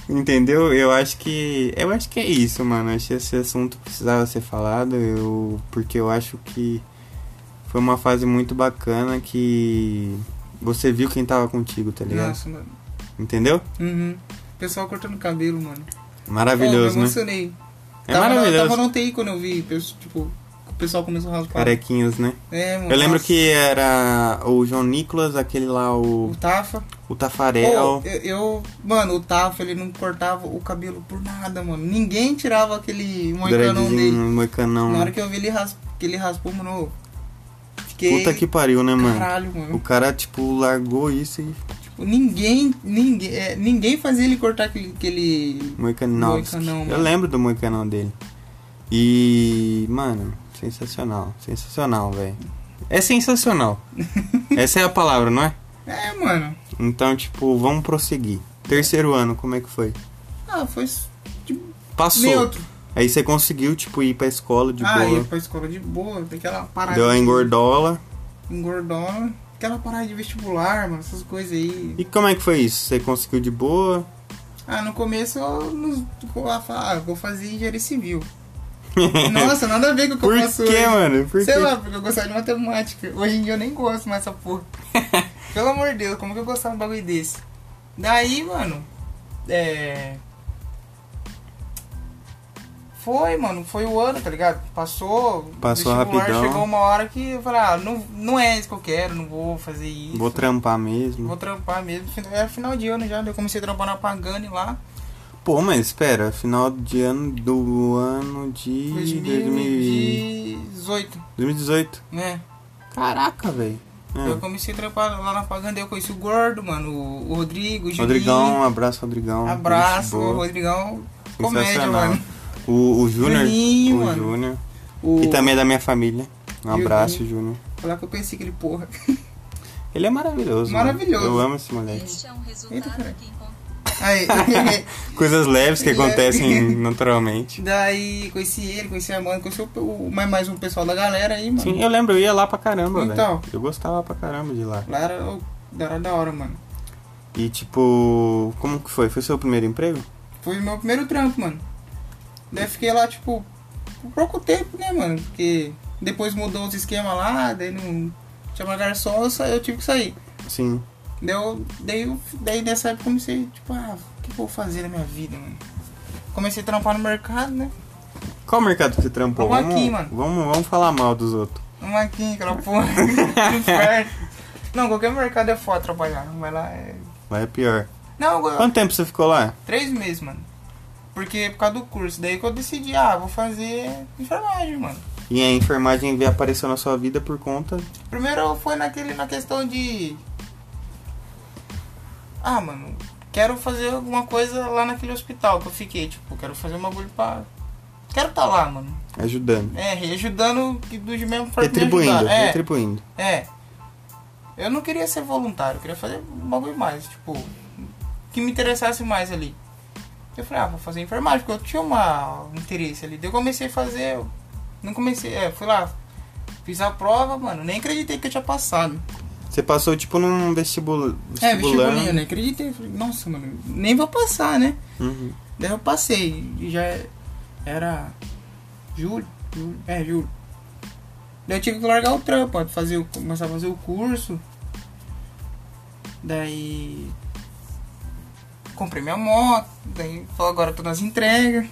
Entendeu? Eu acho que. Eu acho que é isso, mano. Acho que esse assunto precisava ser falado. Eu. Porque eu acho que Foi uma fase muito bacana que você viu quem tava contigo, tá ligado? Nossa, mano. Entendeu? Uhum. O pessoal cortando cabelo, mano. Maravilhoso, eu me né? emocionei. É tava, maravilhoso. Na, tava na UTI quando eu vi, pesso- tipo, o pessoal começou a raspar. Carequinhos, né? É, mano, Eu lembro nossa, que era o João Nicolas, aquele lá, o, O Tafa. é o Pô, Tafarel. eu, eu- Mano, o Tafa, ele não cortava o cabelo por nada, mano. Ninguém tirava aquele moicanão Dreadzinho, dele. Moicanão. Na hora né? que eu vi ele, ras... que ele raspou, mano, eu fiquei... Puta que pariu, né, mano? Caralho, mano. O cara, tipo, largou isso e. Tipo, ninguém, ninguém, é, ninguém fazia ele cortar aquele... aquele... Moicanovski. Moicanão, Eu mano. lembro do Moicanão dele. E. Mano, sensacional. Sensacional, velho. É sensacional. Essa é a palavra, não é? É, mano. Então, tipo, vamos prosseguir. Terceiro ano, como é que foi? Ah, foi s- Passou. neutro. Aí você conseguiu, tipo, ir pra escola de ah, ia boa. pra escola de boa, daquela parada. Deu a de- engordola. Engordona. Aquela parada de vestibular, mano, essas coisas aí. E como é que foi isso? Você conseguiu de boa? Ah, no começo eu não- vou lá falar, ah, vou fazer engenharia civil. Nossa, nada a ver com o é que Por eu faço que, hoje. mano? Por Sei quê? lá, porque eu gostava de matemática. Hoje em dia eu nem gosto mais dessa porra. Pelo amor de Deus, como que eu gostava de um bagulho desse? Daí, mano, é. Foi, mano, foi o ano, tá ligado? Passou, o Passou vestibular rapidão. Chegou uma hora que eu falei, ah, não, não é isso que eu quero, não vou fazer isso. Vou trampar mesmo. Vou trampar mesmo. Fin- Era final de ano já, daí eu comecei a trampar na Pagani lá. Pô, mas espera, final de ano do ano de 2018, 2018. né? Caraca, velho. Hum. Eu comecei a trampar lá na Pagani, daí eu conheci o Gordo, mano, o o Rodrigo, o Juninho. Rodrigão, um abraço, Rodrigão. Abraço, Gente boa. Rodrigão. Comédia, Sensacional. mano. O, o Júnior. Juninho, O mano. Júnior. O... E também é da minha família. Um Juninho. abraço, Júnior. Falar que eu conheci aquele porra. Ele é maravilhoso. mano. Maravilhoso. Eu amo esse moleque. Este é um Eita, resultado caralho. que encontramos. Aí, Coisas leves que Ele é- acontecem naturalmente. daí conheci ele, conheci a Amanda, conheci o, o- mais, mais um pessoal da galera aí, mano. Sim, eu lembro, eu ia lá pra caramba, Então. velho. Eu gostava pra caramba de lá. Lá era, o- era da hora, mano. E tipo, como que foi? Foi seu primeiro emprego? Foi meu primeiro trampo, mano. Daí eu fiquei lá, tipo, por pouco tempo, né, mano? Porque depois mudou os esquemas lá, daí não tinha mais garçom, eu, sa- eu tive que sair. Sim. Daí, eu, daí, eu- daí nessa época eu comecei, tipo, ah, o que eu vou fazer na minha vida, mano? Comecei a trampar no mercado, né? Qual mercado que você trampou? Vamos aqui, mano. Vamos, vamos falar mal dos outros. Um aqui, aquela porra. Inferno. Não, qualquer mercado é foda trabalhar, mas lá é. Vai é pior. Não, eu- Quanto tempo você ficou lá? três meses, mano. Porque é por causa do curso. Daí que eu decidi, ah, vou fazer enfermagem, mano. E a enfermagem veio apareceu na sua vida por conta. Primeiro foi naquele, na questão de. Ah, mano, quero fazer alguma coisa lá naquele hospital que eu fiquei. Tipo, quero fazer um bagulho pra. Quero tá lá, mano. Ajudando. É, ajudando que do de mesmo pra me Retribuindo, ajudar. É, retribuindo. É. Eu não queria ser voluntário, eu queria fazer um bagulho mais, tipo, que me interessasse mais ali. Eu falei, ah, vou fazer enfermagem, porque eu tinha uma, um interesse ali. Daí eu comecei a fazer, eu não comecei, é, fui lá, fiz a prova, mano, nem acreditei que eu tinha passado. Você passou tipo num vestibula... É, vestibulando. vestibulinho, nem acreditei. Falei, nossa, mano, nem vou passar, né? Uhum. Daí eu passei, e já era julho, julho, é julho. Daí eu tive que largar o trampo, ó, fazer, o- começar a fazer o curso. Daí comprei minha moto, daí falou, agora eu tô nas entregas.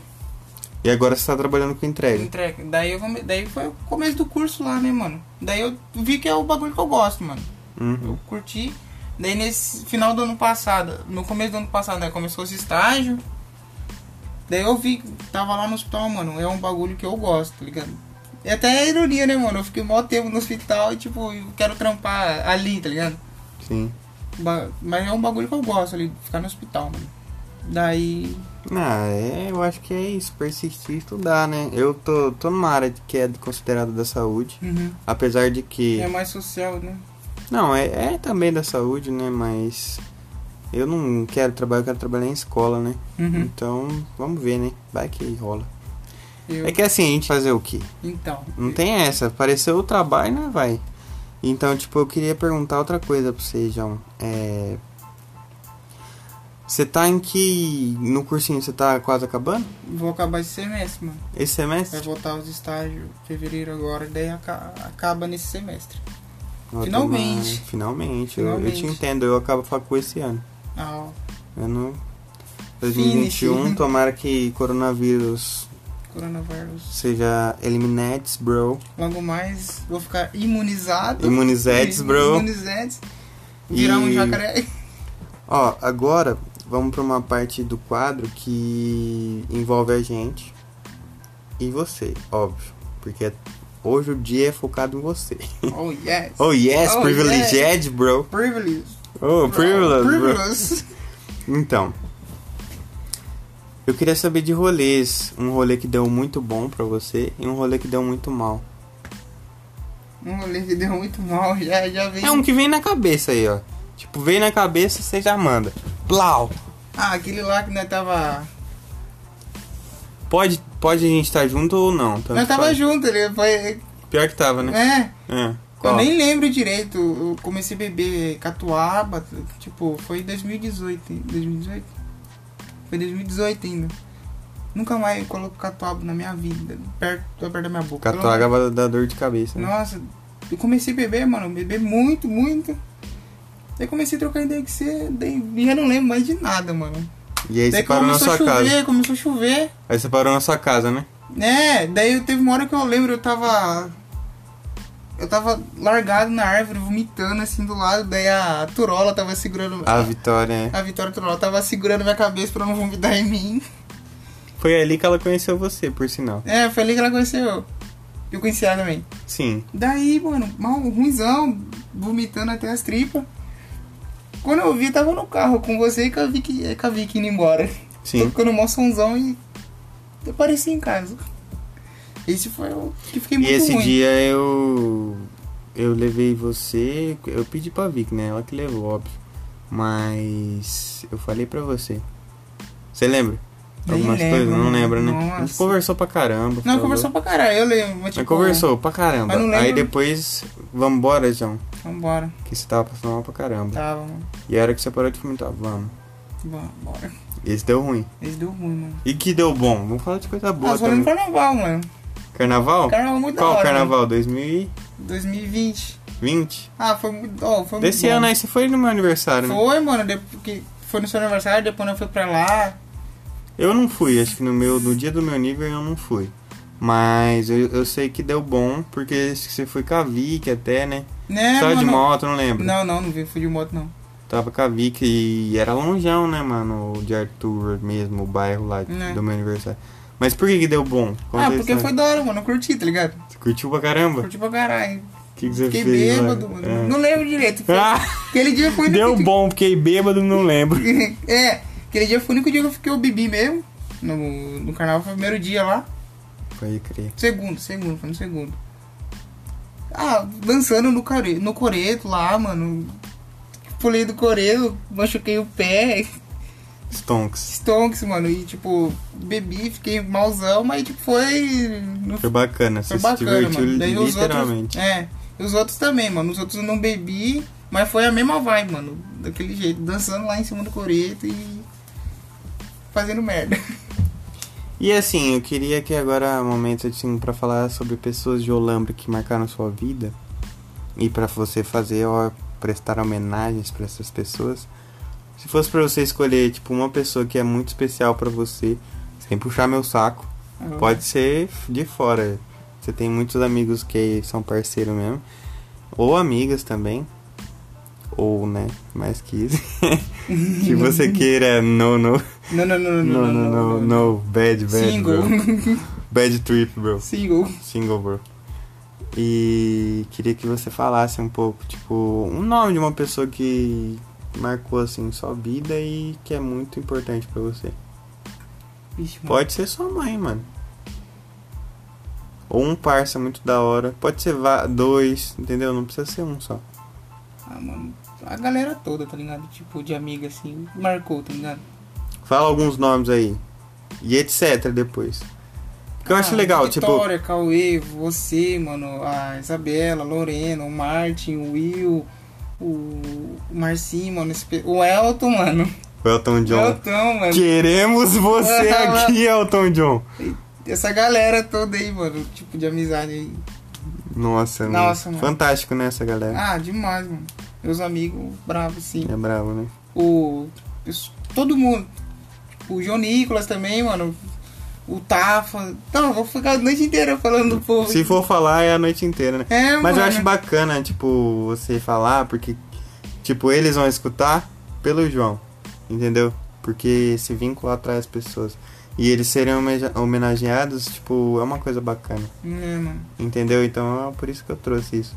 E agora você tá trabalhando com entrega. Entrega. Daí, eu, come- daí foi o começo do curso lá, né, mano? Daí eu vi que é o bagulho que eu gosto, mano. Uhum. Eu curti. Daí nesse final do ano passado, no começo do ano passado, né, começou esse estágio. Daí eu vi, que tava lá no hospital, mano, é um bagulho que eu gosto, tá ligado? É até ironia, né, mano? Eu fiquei mó tempo no hospital e, tipo, eu quero trampar ali, tá ligado? Sim. Ba- Mas é um bagulho que eu gosto ali, ficar no hospital, mano. Daí. Ah, é, eu acho que é isso. Persistir e estudar, né? Eu tô, tô numa área que é considerada da saúde. Apesar de que. É mais social, né? Não, é, é também da saúde, né? Mas eu não quero trabalhar, eu quero trabalhar em escola, né? Uhum. Então, vamos ver, né? Vai que rola. Eu- É que assim, a gente fazer o quê? Então. Não tem essa. Apareceu o trabalho, né? Vai. Então, tipo, eu queria perguntar outra coisa pra vocês, João. É... Você tá em que. No cursinho, você tá quase acabando? Vou acabar esse semestre, mano. Esse Vai semestre? voltar os estágios em fevereiro agora, daí aca- acaba nesse semestre. Ó, É, Finalmente. toma- Finalmente. Eu- Eu, te Finalmente. entendo, eu acabo a facul esse ano. Ah, ó, Ano 2021, Finish. tomara que coronavírus coronavírus. seja eliminates, bro. Logo mais vou ficar imunizado. Imunizetes, bro. Imunizetes. Virar um E- jacaré. Ó, agora vamos pra uma parte do quadro que envolve a gente e você, óbvio. Porque é, hoje o dia é focado em você. Oh, yes. Oh yes, Oh, privileged, bro. Privilege. Oh, privileged, bro. Privilege. Então, eu queria saber de rolês. Um rolê que deu muito bom pra você e um rolê que deu muito mal. Um rolê que deu muito mal, já, já veio. É um que vem na cabeça aí, ó. Tipo, vem na cabeça, você já manda. Plau! Ah, aquele lá que nós tava. Pode, pode a gente estar junto ou não? tanto nós tava faz. junto, ele foi. Pior que tava, né? É. É. Eu Ó, nem lembro direito, eu comecei a beber catuaba, tipo, foi em 2018, hein? 2018? Foi 2018 ainda. Nunca mais coloco catuaba na minha vida, perto, perto da minha boca. Pelo amor- Catuaba dá dor de cabeça. Né? Nossa, eu comecei a beber, mano, beber muito, muito. Daí comecei a trocar ideia que você, daí já não lembro mais de nada, mano. E aí daí você parou na começou sua a chover, casa. começou a chover. Aí você parou na sua casa, né? É, daí eu- teve uma hora que eu lembro, eu tava. Eu tava largado na árvore, vomitando assim do lado, daí a Turola tava segurando. A Vitória. é. a Vitória Turola tava segurando minha cabeça pra não vomitar em mim. Foi ali que ela conheceu você, por sinal. É, foi ali que ela conheceu. eu. Eu conheci ela também. Sim. Daí, mano, mal ruimzão, vomitando até as tripas. Quando eu vi, eu tava no carro com você e com a Vicky, é, com a Vicky indo embora. Tô Sim. ficando mó sonzão e eu apareci em casa. Esse foi o que fiquei E muito esse ruim. dia eu. Eu levei você. Eu pedi pra Vic, né? Ela que levou, óbvio. Mas. Eu falei pra você. Você lembra? Nem Algumas lembro, coisas? Não mano. lembra, né? A gente Nossa. conversou pra caramba. Não, falou. conversou pra caralho, eu lembro. Mas, Mas tipo, conversou pra caramba. mas não lembro. Aí depois. Vambora, João. Vambora. Que você tava passando mal pra caramba. Tava, mano. E a hora que você parou de vomitar, vamos. Vambora. Esse deu ruim. Esse deu ruim, mano. E que deu bom? Vamos falar de coisa boa Nós fomos também. no carnaval, mano. Carnaval? Carnaval né? muito da Qual hora. carnaval? mano. 2020. 2020? Ah, foi muito. ó, foi Desse muito bom. ano aí, você foi no meu aniversário, né? Foi, mano. Depois que foi no seu aniversário, depois eu fui pra lá. Eu não fui, acho que no meu no dia do meu nível eu não fui. Mas eu, eu sei que deu bom, porque você foi com a Vic até, né? Né, Você Tava mano? de moto, não lembro. Não, não, não vi. Fui de moto, não. Tava com a Vic e era longeão, né, mano? o De Arthur mesmo, o bairro lá Né. do meu aniversário. Mas por que que deu bom? Conta ah, a porque história. foi da hora, mano. Eu curti, tá ligado? Você curtiu pra caramba? Curti pra caralho. O que, que você Fiquei fez? lá? bêbado, mano. É. Não lembro direito. Foi- Ah! Aquele dia foi Deu bom, fiquei bêbado, não lembro. é, aquele dia foi o único dia que eu fiquei eu bebi mesmo. No, no carnaval foi o primeiro dia lá. Pode crer. Segundo, segundo, foi no segundo. Ah, dançando no, care, no coreto lá, mano. Pulei do coreto, machuquei o pé. Stonks. Stonks, mano. E tipo, bebi, fiquei malzão, mas tipo, foi. não Foi bacana, você Foi É bacana, se divertiu mano. Daí os outros. literalmente. É. E os outros também, mano. Os outros eu não bebi, mas foi a mesma vibe, mano. Daquele jeito, dançando lá em cima do coreto e. fazendo merda. E assim, eu queria que agora é o momento assim, pra falar sobre pessoas de Olambra que marcaram sua vida e pra você fazer, ó, prestar homenagens pra essas pessoas. Se fosse pra você escolher, tipo, uma pessoa que é muito especial pra você, sem puxar meu saco, pode ser de fora. Você tem muitos amigos que são parceiro mesmo, ou amigas também, ou, né, mais que isso. que você queira, no, no, Não, não, não, não, no, no, no, no, bad, bad. Single. bro. Bad Trip, bro. Single. Single, bro. E queria que você falasse um pouco, tipo, um nome de uma pessoa que marcou, assim, sua vida e que é muito importante pra você. Vixe, mano. Pode ser sua mãe, mano. Ou um parça muito da hora. Pode ser va- dois, entendeu? Não precisa ser um só. Ah, mano. A galera toda, tá ligado? Tipo, de amiga assim. Marcou, tá ligado? Fala alguns nomes aí. E etc. depois. Porque eu acho Ah, legal, tipo, Vitória, Cauê, você, mano, a Isabela, a Lorena, o Martin, o Will, o o Marcinho, mano, esse pe- o Elton, mano. tipo. O Elton John. Elton, mano. Queremos você aqui, Elton John. Essa galera toda aí, mano. Tipo, de amizade aí. Nossa, Nossa, mano. mano. Fantástico, né, essa galera? Ah, demais, mano. Meus amigos bravos, sim. É bravo, né? O. isso- Todo mundo. tipo, O João Nicolas também, mano. O Tafa. Não, eu vou ficar a noite inteira falando do povo. Se for falar, é a noite inteira, né? É, Mas mano. eu acho bacana, tipo, você falar, porque, tipo, eles vão escutar pelo João, entendeu? Porque esse vínculo atrai as pessoas. E eles serem homeja- homenageados, tipo, é uma coisa bacana, É, mano. entendeu? Então é por isso que eu trouxe isso.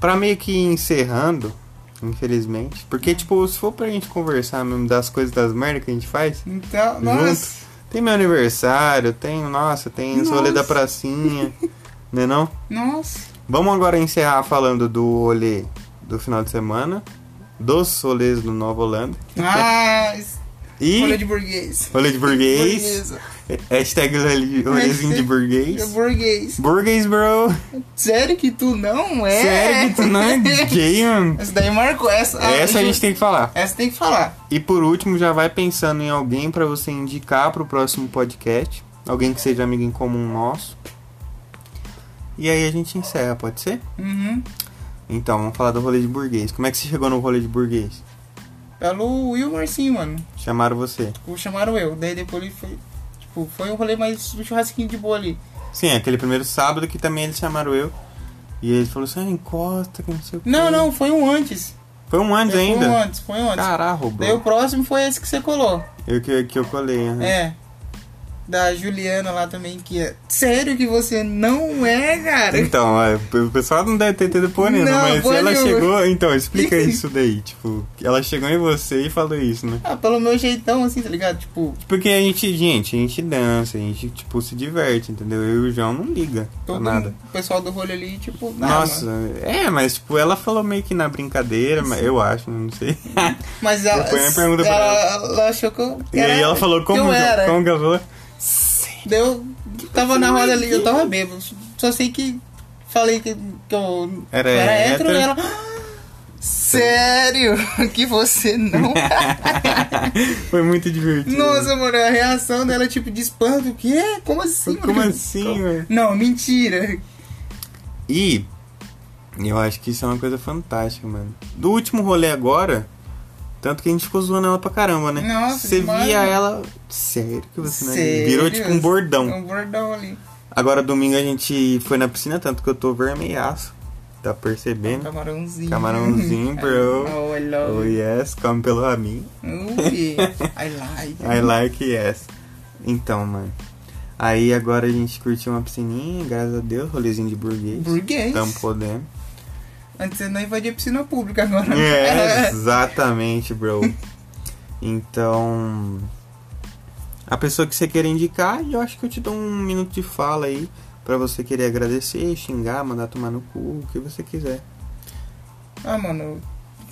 Pra meio que ir encerrando, infelizmente, porque, tipo, se for pra gente conversar mesmo das coisas, das merdas que a gente faz, Então, Junto. nossa. tem meu aniversário, tem, nossa, tem os rolê da Nossa. pracinha, né não? Nossa. Vamos agora encerrar falando do rolê do final de semana, dos rolês do Nova Holanda Ah, e escolha rolê de, de burguês. burguês, Burguesa. hashtag rolê- rolezinho de É burguês. burguês. Burguês, bro! Sério que tu não é? Sério que tu não é gay, mano? Essa daí marcou. Essa, ah, Essa a gente tem que falar. essa tem que falar. E por último, já vai pensando em alguém pra você indicar pro próximo podcast. Alguém que seja amigo em comum nosso. E aí a gente encerra, pode ser? Uhum. Então, vamos falar do rolê de burguês. Como é que você chegou no rolê de burguês? Pelo Wilmer, sim, mano. Chamaram você. Tipo, chamaram eu. Daí depois ele foi. Tipo, foi um rolê mais um churrasquinho de boa ali. Sim, é aquele primeiro sábado que também eles chamaram eu. E ele falou assim, ah, encosta, que não sei o que. Não, não, foi um antes. Foi um antes Foi ainda? um antes, foi um antes. Caralho, Daí o bro. próximo foi esse que você colou. Eu que, que eu colei, né? aham. É. Da Juliana lá também, que é. Sério que você não é, cara? Então, é, o pessoal não deve ter tido porra nenhuma, Não, mas porra ela nenhuma. chegou... Então, explica isso daí, tipo... Ela chegou em você e falou isso, né? Ah, pelo meu jeitão, assim, tá ligado? Tipo, Porque a gente, gente, a gente dança, a gente, tipo, se diverte, entendeu? Eu e o João não liga pra todo nada. mundo- o pessoal do rolê ali, tipo, ah, Nossa, mano. é, mas, tipo, ela falou meio que na brincadeira, mas eu acho, não sei. Mas ela. Depois eu pergunto pra ela, ela achou que eu. E aí ela falou, como, que eu que- era. como que ela falou? Daí eu tava na roda ali, eu Uhum. tava bêbado. Só sei que falei que, que eu Era eu era hétero, hétero. e ela. "Ah, Sério? Que você não. Foi muito divertido. Nossa, mano, a reação dela tipo de espanto. O quê? Como assim? como mano? assim, velho? Não, mentira. E eu acho que isso é uma coisa fantástica, mano. Do último rolê agora, tanto que a gente ficou zoando ela pra caramba, né? Nossa, Você demais, via mano. ela. Sério que você não é? Sério? Virou tipo um bordão. Um bordão ali. Agora domingo a gente foi na piscina, tanto que eu tô vermelhaço. Tá percebendo? Camarãozinho. Camarãozinho, bro. Oh, I Oh love. yes, come pelo amigo. Oh, yeah. I like. I like yes. Então, mano. Aí agora a gente curtiu uma piscininha, graças a Deus, rolezinho de burguês. Burguês. Tamo podendo. Antes você não invadia a piscina pública agora. É, exatamente, bro. Então, a pessoa que você quer indicar, eu acho que eu te dou um minuto de fala aí pra você querer agradecer, xingar, mandar tomar no cu, o que você quiser. Ah, mano,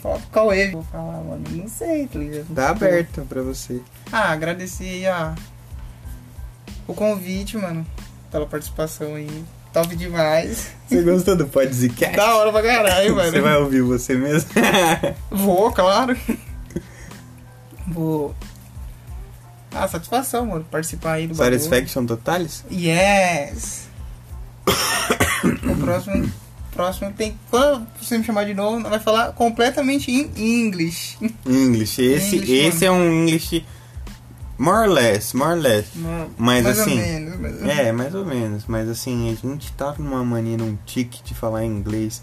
fala pro Cauê. Vou falar, mano, não sei, tá ligado? Tá aberto pra você. Ah, agradecer aí a... o convite, mano, pela participação aí. Top demais. Você gostou do podcast? Da hora pra caralho, mano. Você vai ouvir você mesmo? Vou, claro. Vou. Ah, satisfação, mano, participar aí do bagulho. Satisfaction Totalis? Yes! o próximo, próximo tem. Quando você me chamar de novo, nós vai falar completamente em inglês. English. Esse, English, esse é um English more or less, more or less. Mas mais assim, Ou menos, mas... É, mais ou menos. Mas assim, a gente tá numa mania, num tique de falar inglês.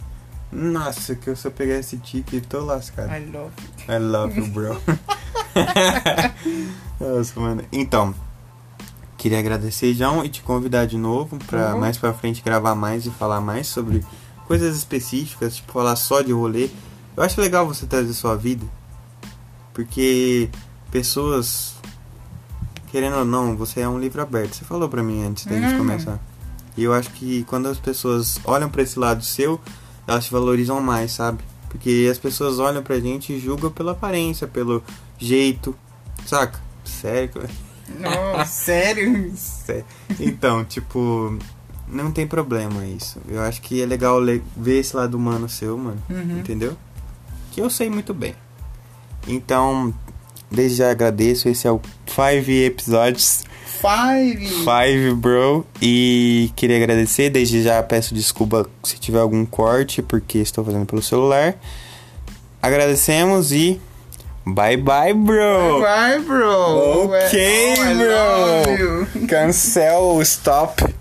Nossa, que eu só pegar esse tique e tô lascado. I love you. I love you, bro. Nossa, mano. Então, queria agradecer, João, e te convidar de novo pra Uhum. mais pra frente gravar mais e falar mais sobre coisas específicas, tipo falar só de rolê. Eu acho legal você trazer sua vida, porque pessoas, querendo ou não, você é um livro aberto. Você falou pra mim antes da gente Uhum. começar. E eu acho que quando as pessoas olham pra esse lado seu, elas te valorizam mais, sabe? Porque as pessoas olham pra gente e julgam pela aparência, pelo jeito, saca? Sério? que- Não, sério? Sé- Então, tipo, não tem problema isso. Eu acho que é legal le- ver esse lado humano seu, mano. Uhum. Entendeu? Que eu sei muito bem. Então, desde já agradeço. Esse é o 5 Episódios. Five. 5, bro. E queria agradecer. Desde já peço desculpa se tiver algum corte, porque estou fazendo pelo celular. Agradecemos e. Bye bye, bro! Bye, bro. Ok, Oh, I love you. bro! Cancel, stop.